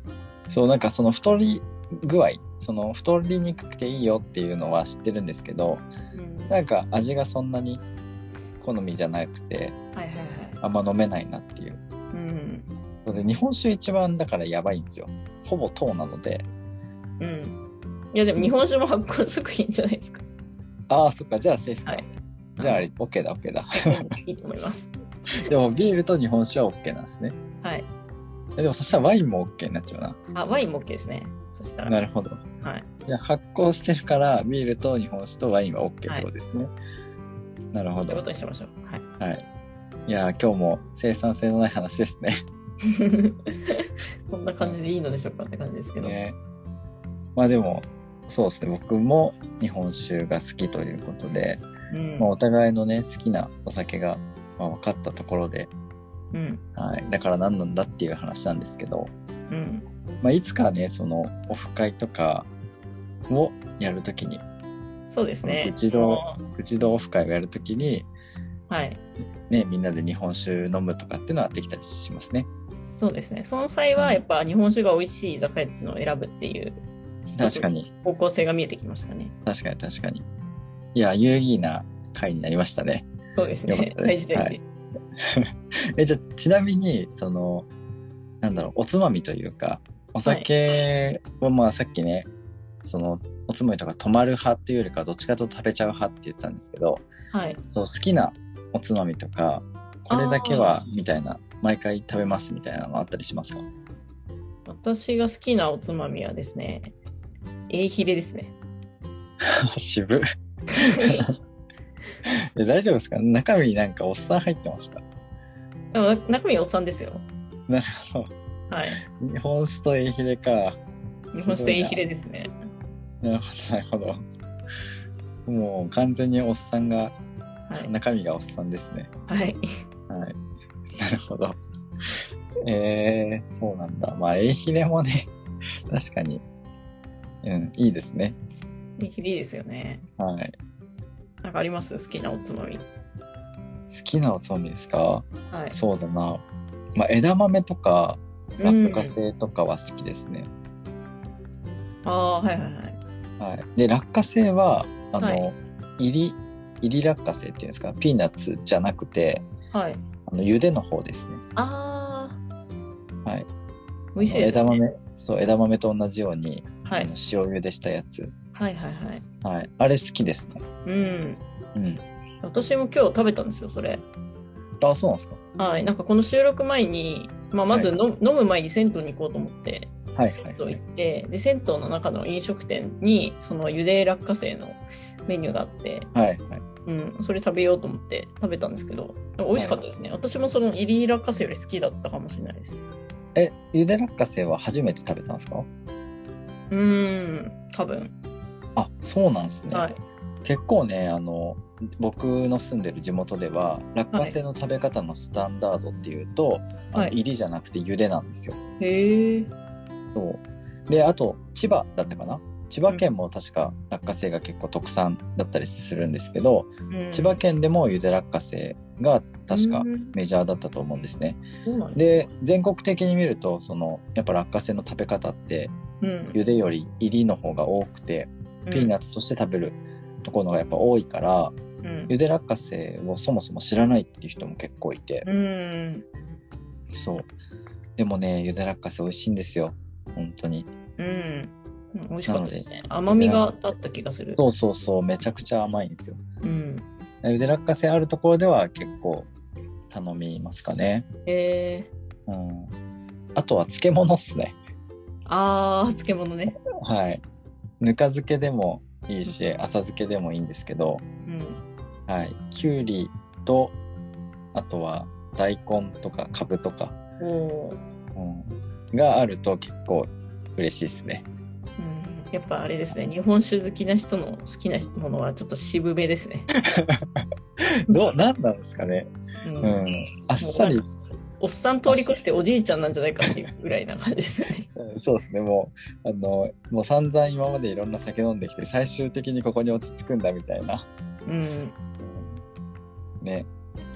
Speaker 2: そう、なんかその太り具合、その太りにくくていいよっていうのは知ってるんですけど、
Speaker 1: うんはい
Speaker 2: なんか味がそんなに好みじゃなくて、
Speaker 1: はいはい
Speaker 2: あんま飲めないなっていう。
Speaker 1: うん
Speaker 2: それで日本酒一番だからやばいんですよ。ほぼ糖なので。
Speaker 1: うんいやでも日本酒も発酵食品じゃないですか
Speaker 2: ああ、そっか、じゃあセーフか。
Speaker 1: はい
Speaker 2: じゃああ
Speaker 1: う
Speaker 2: れ、
Speaker 1: ん
Speaker 2: OK だ、OK だ。
Speaker 1: いいと思います
Speaker 2: でもビールと日本酒は OK なんですね。
Speaker 1: はい
Speaker 2: えでもそしたらワインも OK になっちゃうな。
Speaker 1: あワインも OK ですねそしたら
Speaker 2: なるほど。
Speaker 1: はい
Speaker 2: じゃあ発酵してるから、ビールと日本酒とワインは OK ってことですね。なるほ
Speaker 1: という
Speaker 2: ど
Speaker 1: こ。とにしましょうはい
Speaker 2: はい。いやー、今日も生産性のない話ですね。
Speaker 1: *laughs* こんな感じでいいのでしょうかって感じですけど、
Speaker 2: ねまあでも、そうですね。僕も日本酒が好きということで、
Speaker 1: うん
Speaker 2: まあお互いのね、好きなお酒が、まあ、分かったところで、
Speaker 1: うん
Speaker 2: はい。だから何なんだっていう話なんですけど、
Speaker 1: うん
Speaker 2: まあいつかね、そのオフ会とかをやるときに、
Speaker 1: そうですね。
Speaker 2: 一
Speaker 1: 度
Speaker 2: 度プチドオフ会をやるときに、
Speaker 1: はい。
Speaker 2: ね、みんなで日本酒飲むとかっていうのはできたりしますね。
Speaker 1: そうですね。その際は、やっぱ日本酒が美味しい居酒屋っていうのを選ぶっていう、
Speaker 2: 確か。に、
Speaker 1: 方向性が見えてきましたね。
Speaker 2: 確かに、確かに。いや、有意義な会になりましたね。 *laughs*
Speaker 1: そうです
Speaker 2: よか
Speaker 1: ね
Speaker 2: っ。た
Speaker 1: *laughs* 大
Speaker 2: で
Speaker 1: 事
Speaker 2: す
Speaker 1: 大事。
Speaker 2: え、じゃあちなみに、その、なんだろう、おつまみというか、お酒は、まあさっきね、その、おつまみとか泊まる派っていうよりかは、どっちかというと食べちゃう派って言ってたんですけど、
Speaker 1: はい。
Speaker 2: そう好きなおつまみとか、これだけは、みたいな、毎回食べますみたいなのあったりしますか *laughs*
Speaker 1: 私が好きなおつまみはですね、エイヒレです
Speaker 2: *laughs*
Speaker 1: ね。
Speaker 2: 渋 *laughs* え大丈夫ですか中身になんかおっさん入ってますか *laughs*
Speaker 1: でもな中身おっさんですよ。
Speaker 2: なるほ
Speaker 1: はい。
Speaker 2: ど。日本酒とエイヒレか。
Speaker 1: 日本酒とエイヒレですね。
Speaker 2: すごいな。なるほど、なるほど。もう完全におっさんが、
Speaker 1: はい。
Speaker 2: 中身がおっさんですね。
Speaker 1: はい。
Speaker 2: はい。なるほど。えー、そうなんだ。まあ、エイヒレもね、確かに、うん、いいですね。
Speaker 1: ニキビですよね。
Speaker 2: はい。
Speaker 1: なんかあります好きなおつまみ。
Speaker 2: 好きなおつまみですか
Speaker 1: はい。
Speaker 2: そうだな。まあ、枝豆とか、
Speaker 1: う
Speaker 2: 落
Speaker 1: ん
Speaker 2: 花生とかは好きですね。
Speaker 1: ああ、はいはいはい。
Speaker 2: はい。で、落花生は、あの、
Speaker 1: はい
Speaker 2: 入り、入り落花生っていうんですか、ピーナッツじゃなくて、
Speaker 1: はい。
Speaker 2: あの、茹での方ですね。
Speaker 1: ああ。
Speaker 2: はい。
Speaker 1: 美味しいです、ね。
Speaker 2: 枝豆、そう、枝豆と同じように、
Speaker 1: は
Speaker 2: あ
Speaker 1: い
Speaker 2: の。塩茹でしたやつ。
Speaker 1: はいはいはい。
Speaker 2: はい。あれ好きですね。
Speaker 1: うん。
Speaker 2: うん。
Speaker 1: 私も今日食べたんですよ、それ。
Speaker 2: あ、そうなんですか。
Speaker 1: はい。なんかこの収録前に、まあ、まず
Speaker 2: はい
Speaker 1: の、飲む前に銭湯に行こうと思って、
Speaker 2: はいは
Speaker 1: 銭
Speaker 2: い
Speaker 1: 湯行
Speaker 2: はい。
Speaker 1: って、で、銭湯の中の飲食店に、その茹で落花生のメニューがあって、
Speaker 2: はいはい。
Speaker 1: うん、それ食べようと思って食べたんですけど、美味しかったですね。私もその入り落花生より好きだったかもしれないです。
Speaker 2: え、茹で落花生は初めて食べたんですか
Speaker 1: うーん、多分。
Speaker 2: あ、そうなんですね。
Speaker 1: はい。
Speaker 2: 結構ねあの僕の住んでる地元では落花生の食べ方のスタンダードっていうと、あの
Speaker 1: はい
Speaker 2: 入りじゃなくて茹でなんですよ。
Speaker 1: へえ。
Speaker 2: そうであと千葉だったかな千葉県も確か落花生が結構特産だったりするんですけど、
Speaker 1: うん
Speaker 2: 千葉県でも茹で落花生が確か
Speaker 1: うん
Speaker 2: メジャーだったと思うんですね。
Speaker 1: そうなんです
Speaker 2: で
Speaker 1: か
Speaker 2: 全国的に見るとそのやっぱ落花生の食べ方って
Speaker 1: うん
Speaker 2: 茹でより入りの方が多くてピーナッツとして食べるところがやっぱ多いか
Speaker 1: う
Speaker 2: ら。
Speaker 1: ん
Speaker 2: ゆで落花生をそもそも知らないっていう人も結構いて、
Speaker 1: うん。
Speaker 2: そうでもねゆで落花生美味しいんですよ本当に
Speaker 1: うん。うん美味しかったですね。甘みがあった気がする。
Speaker 2: そうそうそうめちゃくちゃ甘いんですよ
Speaker 1: うん。
Speaker 2: ゆで落花生あるところでは結構頼みますかね
Speaker 1: へえ。
Speaker 2: うんあとは漬物っすね
Speaker 1: ああ、漬物ね。
Speaker 2: はいぬか漬けでもいいし浅漬けでもいいんですけど
Speaker 1: うん。
Speaker 2: はいきゅうりとあとは大根とかかぶとか、
Speaker 1: おー
Speaker 2: うん、があると結構嬉しいですね
Speaker 1: うん。やっぱあれですね。日本酒好きな人の好きなものはちょっと渋めですね。
Speaker 2: どうなんなんですかね。
Speaker 1: う。
Speaker 2: うんん。あっさり、
Speaker 1: おっさん通り越しておじいちゃんなんじゃないかっていうぐらいな感じですね。
Speaker 2: うんそうですね。もう、あの、もう散々今までいろんな酒飲んできて、最終的にここに落ち着くんだみたいな。
Speaker 1: うん。
Speaker 2: うんね。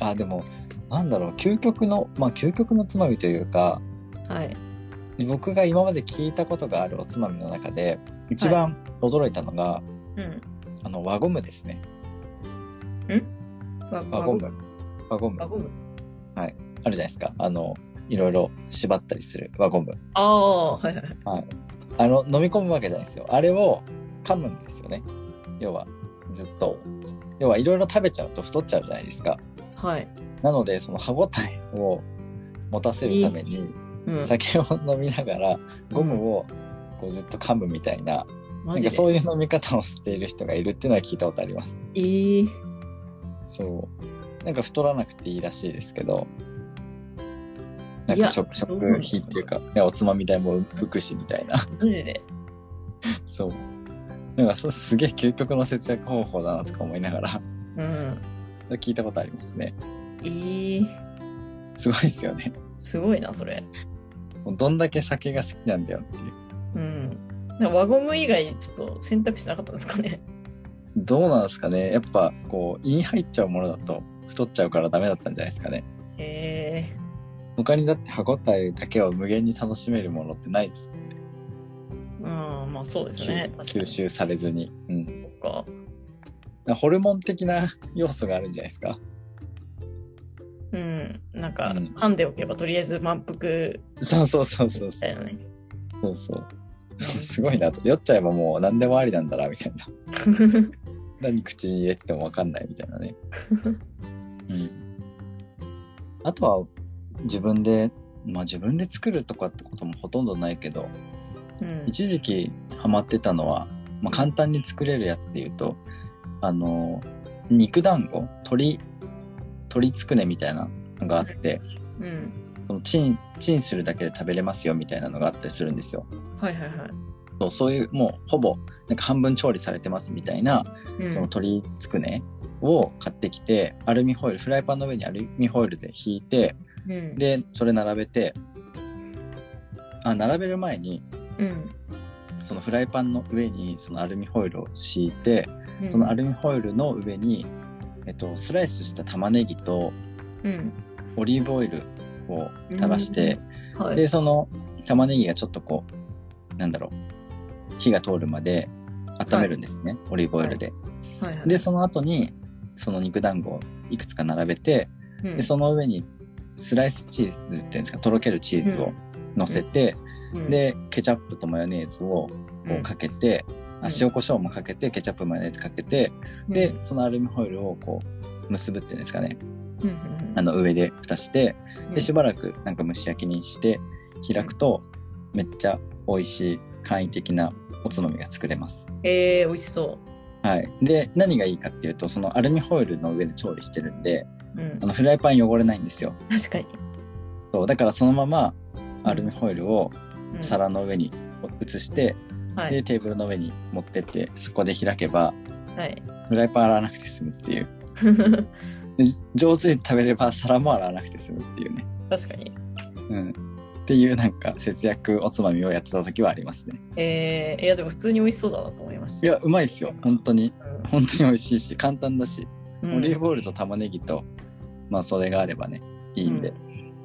Speaker 2: あ、でも、なんだろう、究極の、まあ、究極のつまみというか、
Speaker 1: はい。
Speaker 2: 僕が今まで聞いたことがあるおつまみの中で、一番驚いたのが、
Speaker 1: うん。
Speaker 2: あの、輪ゴムですね。
Speaker 1: 輪
Speaker 2: 輪ゴム。輪ゴム。
Speaker 1: 輪ゴム
Speaker 2: あるじゃないですか。あの、いろいろ縛ったりする輪ゴム。
Speaker 1: ああ、はいはいはい。
Speaker 2: あの飲み込むわけじゃないですよあれを噛むんですよね要はずっと要はいろいろ食べちゃうと太っちゃうじゃないですか
Speaker 1: はい。
Speaker 2: なのでその歯ごたえを持たせるために
Speaker 1: うん。
Speaker 2: 酒を飲みながらゴムをこうずっと噛むみたいなな
Speaker 1: マ
Speaker 2: ん
Speaker 1: ジ
Speaker 2: か
Speaker 1: で。
Speaker 2: そういう飲み方をしている人がいるっていうのは聞いたことあります
Speaker 1: えー
Speaker 2: そうなんか太らなくていいらしいですけどなん
Speaker 1: いや
Speaker 2: か食
Speaker 1: そう
Speaker 2: 食
Speaker 1: なんだ
Speaker 2: 費っていうか、ね、おつまみ代も浮くしみたいな *laughs*
Speaker 1: マジで。
Speaker 2: そう。なんかそすげえ究極の節約方法だなとか思いながら
Speaker 1: うん。
Speaker 2: 聞いたことありますね。
Speaker 1: えー
Speaker 2: すごいですよね。
Speaker 1: すごいな、それ。
Speaker 2: もうどんだけ酒が好きなんだよっていう。
Speaker 1: うん。なんか輪ゴム以外、ちょっと選択肢なかったんですかね。 *laughs*
Speaker 2: どうなんですかねやっぱこう胃に入っちゃうものだと太っちゃうからダメだったんじゃないですかね。
Speaker 1: へえ
Speaker 2: 他にだって歯ごたえだけを無限に楽しめるものってないですもんね。
Speaker 1: うん、まあそうですね。確か
Speaker 2: 吸
Speaker 1: に
Speaker 2: 吸収されずに。うん。
Speaker 1: そ
Speaker 2: だか
Speaker 1: っから
Speaker 2: ホルモン的な要素があるんじゃないですか。 *laughs*
Speaker 1: うん。なんか、
Speaker 2: うん
Speaker 1: 噛んでおけばとりあえず満腹
Speaker 2: そうそうそうそ
Speaker 1: み
Speaker 2: うそ
Speaker 1: た
Speaker 2: う。
Speaker 1: いなね。
Speaker 2: そうそう。すごいなと。酔っちゃえばもう何でもありなんだなみたいな。何口に入れてても分かんないみたい
Speaker 1: *laughs*
Speaker 2: なね。うん、あとは自分でまあ自分で作るとかってこともほとんどないけど
Speaker 1: *laughs* うん。
Speaker 2: 一時期ハマってたのは、まあ、簡単に作れるやつで言うとあの肉団子鶏鶏つくねみたいなのがあって
Speaker 1: うん。
Speaker 2: そのチンチンするだけで食べれますよみたいなのがあったりするんですよ。
Speaker 1: はいはいはい。
Speaker 2: そうそういうもうほぼなんか半分調理されてますみたいな
Speaker 1: うん、
Speaker 2: その鶏つくねを買ってきて、アルミホイル、フライパンの上にアルミホイルで引いて、
Speaker 1: うん、
Speaker 2: で、それ並べて、あ、並べる前に、
Speaker 1: うん、
Speaker 2: そのフライパンの上にそのアルミホイルを敷いて、
Speaker 1: うん
Speaker 2: そのアルミホイルの上に、えっと、スライスした玉ねぎと
Speaker 1: うん。
Speaker 2: オリーブオイルを垂らして、
Speaker 1: はい。
Speaker 2: でその玉ねぎがちょっとこうなんだろう火が通るまで温めるんですね、オリーブオイルで。
Speaker 1: はいはい、
Speaker 2: でその後にその肉団子をいくつか並べて、
Speaker 1: うん、
Speaker 2: でその上にスライスチーズっていうんですかとろけるチーズを乗せて、
Speaker 1: うん、
Speaker 2: でケチャップとマヨネーズを
Speaker 1: う
Speaker 2: こうんかけて、
Speaker 1: う
Speaker 2: あ
Speaker 1: ん
Speaker 2: 塩コショウもかけてケチャップマヨネーズかけて、で、そのアルミホイルをこう結ぶっていうんですかね
Speaker 1: うんうん
Speaker 2: あの上で蓋して
Speaker 1: うん
Speaker 2: でしばらくなんか蒸し焼きにして開くとめっちゃ美味しい簡易的なおつまみが作れます。
Speaker 1: えー、美味しそ
Speaker 2: はい、で何がいいかっていうとそのアルミホイルの上で調理してるんで
Speaker 1: う。うん
Speaker 2: あ。のフライパン汚れないんですよ
Speaker 1: 確かに。
Speaker 2: そうだからそのままアルミホイルを
Speaker 1: うん
Speaker 2: 皿の上に移して、
Speaker 1: は
Speaker 2: で
Speaker 1: い。
Speaker 2: テーブルの上に持ってってそこで開けば
Speaker 1: はい。
Speaker 2: フライパン洗わなくて済むっていう
Speaker 1: *laughs*
Speaker 2: で上手に食べれば皿も洗わなくて済むっていうね、
Speaker 1: 確かに。
Speaker 2: うん、っていうなんか節約おつまみをやってた時はありますね
Speaker 1: えー、いや、でも普通に美味しそうだなと思いまし
Speaker 2: い
Speaker 1: た。
Speaker 2: やうまいっすよ本当に
Speaker 1: うん、
Speaker 2: 本当に美味しいし簡単だし、
Speaker 1: うん
Speaker 2: オリーブオイルと玉ねぎとまあそれがあればねいいんで、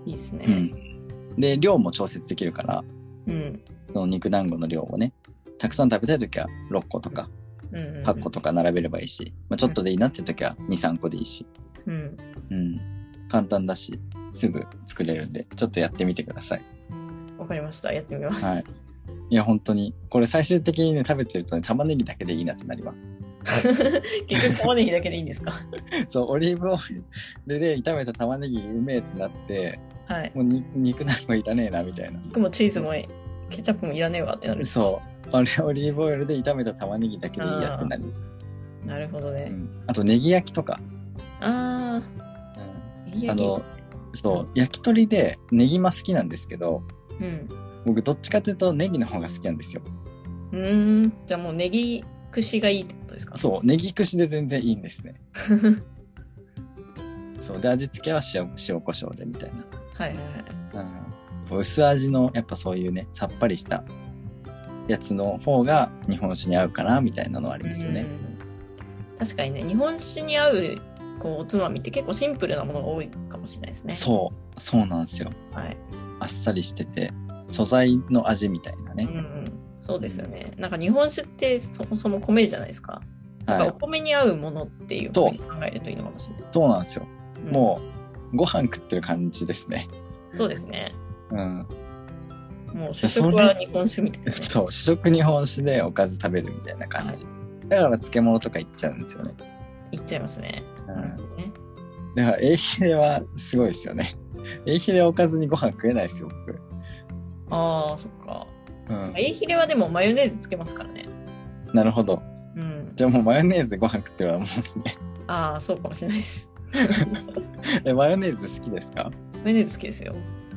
Speaker 1: いいです
Speaker 2: う
Speaker 1: ね。
Speaker 2: ん、で量も調節できるから
Speaker 1: うん。
Speaker 2: その肉団子の量をねたくさん食べたい時は6個とか
Speaker 1: うん。
Speaker 2: 8個とか並べればいいし、まあ、ちょっとでいいなって時は23個でいいし、
Speaker 1: うん。
Speaker 2: うん、簡単だしすぐ作れるんでちょっとやってみてください、
Speaker 1: わかりました。やってみます。 *laughs*
Speaker 2: はい、いや本当にこれ最終的にね食べてるとね玉ねぎだけでいいなってなります *laughs*
Speaker 1: 結局玉ねぎだけでいいんですか *laughs*
Speaker 2: そうオリーブオイルで炒めた玉ねぎうめえってなって
Speaker 1: はい。
Speaker 2: もうに肉団子いらねえなみたいな
Speaker 1: 僕もチーズもケチャップもいらねえわってなる。
Speaker 2: そうあれオリーブオイルで炒めた玉ねぎだけでいいやってなる
Speaker 1: なるほど
Speaker 2: う
Speaker 1: ね。
Speaker 2: ん、あとネギ焼きとか、
Speaker 1: あ
Speaker 2: うん、
Speaker 1: あ、いい
Speaker 2: あ
Speaker 1: やけ
Speaker 2: の
Speaker 1: ど。
Speaker 2: そうう焼き鳥でネギマ好きなんですけど
Speaker 1: うん。
Speaker 2: 僕どっちかっていうとネギの方が好きなんですよ
Speaker 1: うーん。じゃあもうネギ串がいいってことですか
Speaker 2: そうネギ串で全然いいんです *laughs* ねそうで味付けは塩塩コショウでみたい
Speaker 1: はいはいは
Speaker 2: な、うん、薄味のやっぱそういうねさっぱりしたやつの方が日本酒に合うかなみたいなのはあり
Speaker 1: い。
Speaker 2: ますよね、
Speaker 1: うん確かにね、日本酒に合うこうおつまみって結構シンプルなものが多いかもしれないですね。
Speaker 2: そうそうなんですよ
Speaker 1: はい。
Speaker 2: あっさりしてて素材の味みたいな
Speaker 1: う
Speaker 2: ね
Speaker 1: ん、うん。そうですよね。なんか日本酒ってそもそも米じゃないですか。
Speaker 2: は
Speaker 1: お
Speaker 2: い
Speaker 1: 米に合うものっていうふうに考えるといいのかもしれない。
Speaker 2: そうなんですよ
Speaker 1: うん
Speaker 2: もうご飯食ってる感じですね
Speaker 1: そうですね。
Speaker 2: うん *laughs*
Speaker 1: もう主食は日本酒みたいなね。
Speaker 2: そう、主食日本酒でおかず食べるみたいな感じ。だから漬物とかいっちゃうんですよね。
Speaker 1: いっちゃいますね。
Speaker 2: うん。
Speaker 1: ね
Speaker 2: だから、エイヒレはすごいですよね。エイヒレおかずにご飯食えないですよ、僕。
Speaker 1: ああ、そっか。
Speaker 2: うん。
Speaker 1: エイヒレはでもマヨネーズつけますからね。
Speaker 2: なるほど。
Speaker 1: うん。
Speaker 2: じゃあもうマヨネーズでご飯食ってるようなもんですね。
Speaker 1: ああ、そうかもしれないです。
Speaker 2: *laughs*
Speaker 1: *laughs*
Speaker 2: え、マヨネーズ好きですか
Speaker 1: マヨネーズ好きですよ。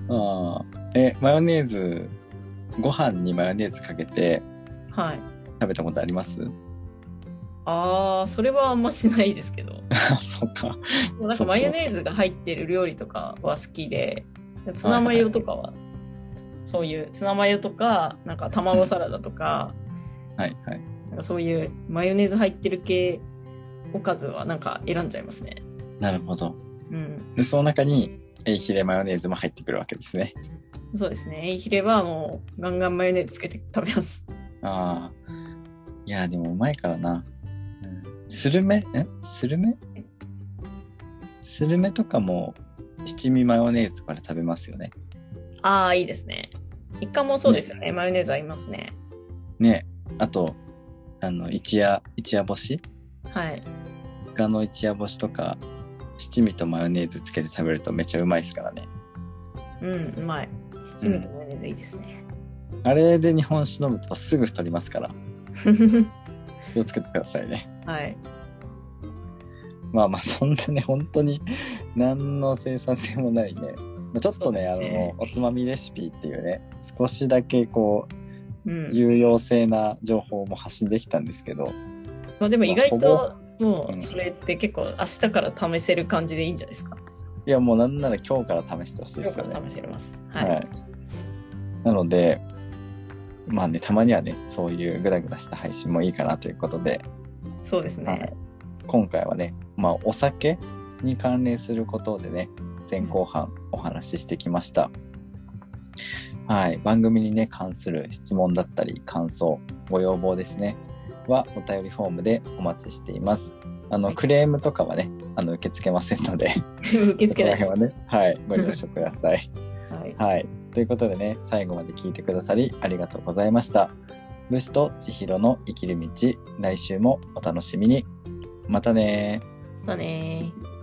Speaker 2: ああ。え、マヨネーズ、ご飯にマヨネーズかけて
Speaker 1: はい。
Speaker 2: 食べたことあります *laughs*
Speaker 1: ああ、それはあんましないですけど。
Speaker 2: あ、そうか。
Speaker 1: でもなんかマヨネーズが入ってる料理とかは好きで、ツナマヨとかは、そういうツナマヨとか、なんか卵サラダとか、
Speaker 2: はいはい。
Speaker 1: なんかそういうマヨネーズ入ってる系おかずはなんか選んじゃいますね。
Speaker 2: なるほど。
Speaker 1: うん。
Speaker 2: で、その中に、エイヒレマヨネーズも入ってくるわけですね。
Speaker 1: そうですね。エイヒレはもうガンガンマヨネーズつけて食べます。
Speaker 2: ああ。いや、でもうまいからな。うん、スルメえスルメスルメとかも七味マヨネーズから食べますよね。
Speaker 1: ああ、いいですね。イカもそうですよね。マヨネーズ合いますね。
Speaker 2: ね。あと、あの、一夜、一夜干し
Speaker 1: はい。
Speaker 2: イカの一夜干しとか、七味とマヨネーズつけて食べるとめちゃうまいですからね。
Speaker 1: うん、うまい。七味とマヨネーズいいです *laughs* ね。
Speaker 2: あれで日本酒飲むとすぐ太りますから、気をつけてくださいね。
Speaker 1: はい。
Speaker 2: まあまあ、そんなね、本当に何の生産性もないね。まあちょっとね、
Speaker 1: そう
Speaker 2: あ
Speaker 1: ですね
Speaker 2: の、おつまみレシピっていうね、少しだけこう、
Speaker 1: うん。
Speaker 2: 有用性な情報も発信できたんですけど、
Speaker 1: まあでも意外と
Speaker 2: ま
Speaker 1: も
Speaker 2: う
Speaker 1: うんそれって結構明日から試せる感じでいいんじゃないですか。
Speaker 2: いや、もうなんなら今日から試してほしいで
Speaker 1: 今
Speaker 2: す
Speaker 1: 日か
Speaker 2: よ
Speaker 1: ら
Speaker 2: ね。
Speaker 1: 試せます。は。
Speaker 2: はいい。なので、まあね、たまにはね、そういうグダグダした配信もいいかなということで、
Speaker 1: そうですね。
Speaker 2: はい今回はね、まあ、お酒に関連することでね、前後半お話ししてきました。はい、番組にね、関する質問だったり、感想、ご要望ですね、はお便りフォームでお待ちしています。あ
Speaker 1: は
Speaker 2: の、
Speaker 1: い
Speaker 2: クレームとかはね、あの、受け付けませんので、
Speaker 1: *laughs* 受け
Speaker 2: そ
Speaker 1: 付
Speaker 2: こ
Speaker 1: けな
Speaker 2: ら
Speaker 1: いです。
Speaker 2: 辺はね、はい、
Speaker 1: *laughs*
Speaker 2: ご了承ください。
Speaker 1: はい。
Speaker 2: はい。ということでね、最後まで聞いてくださりありがとうございました。武士と千尋の生きる道、来週もお楽しみに。またねー。
Speaker 1: またねー。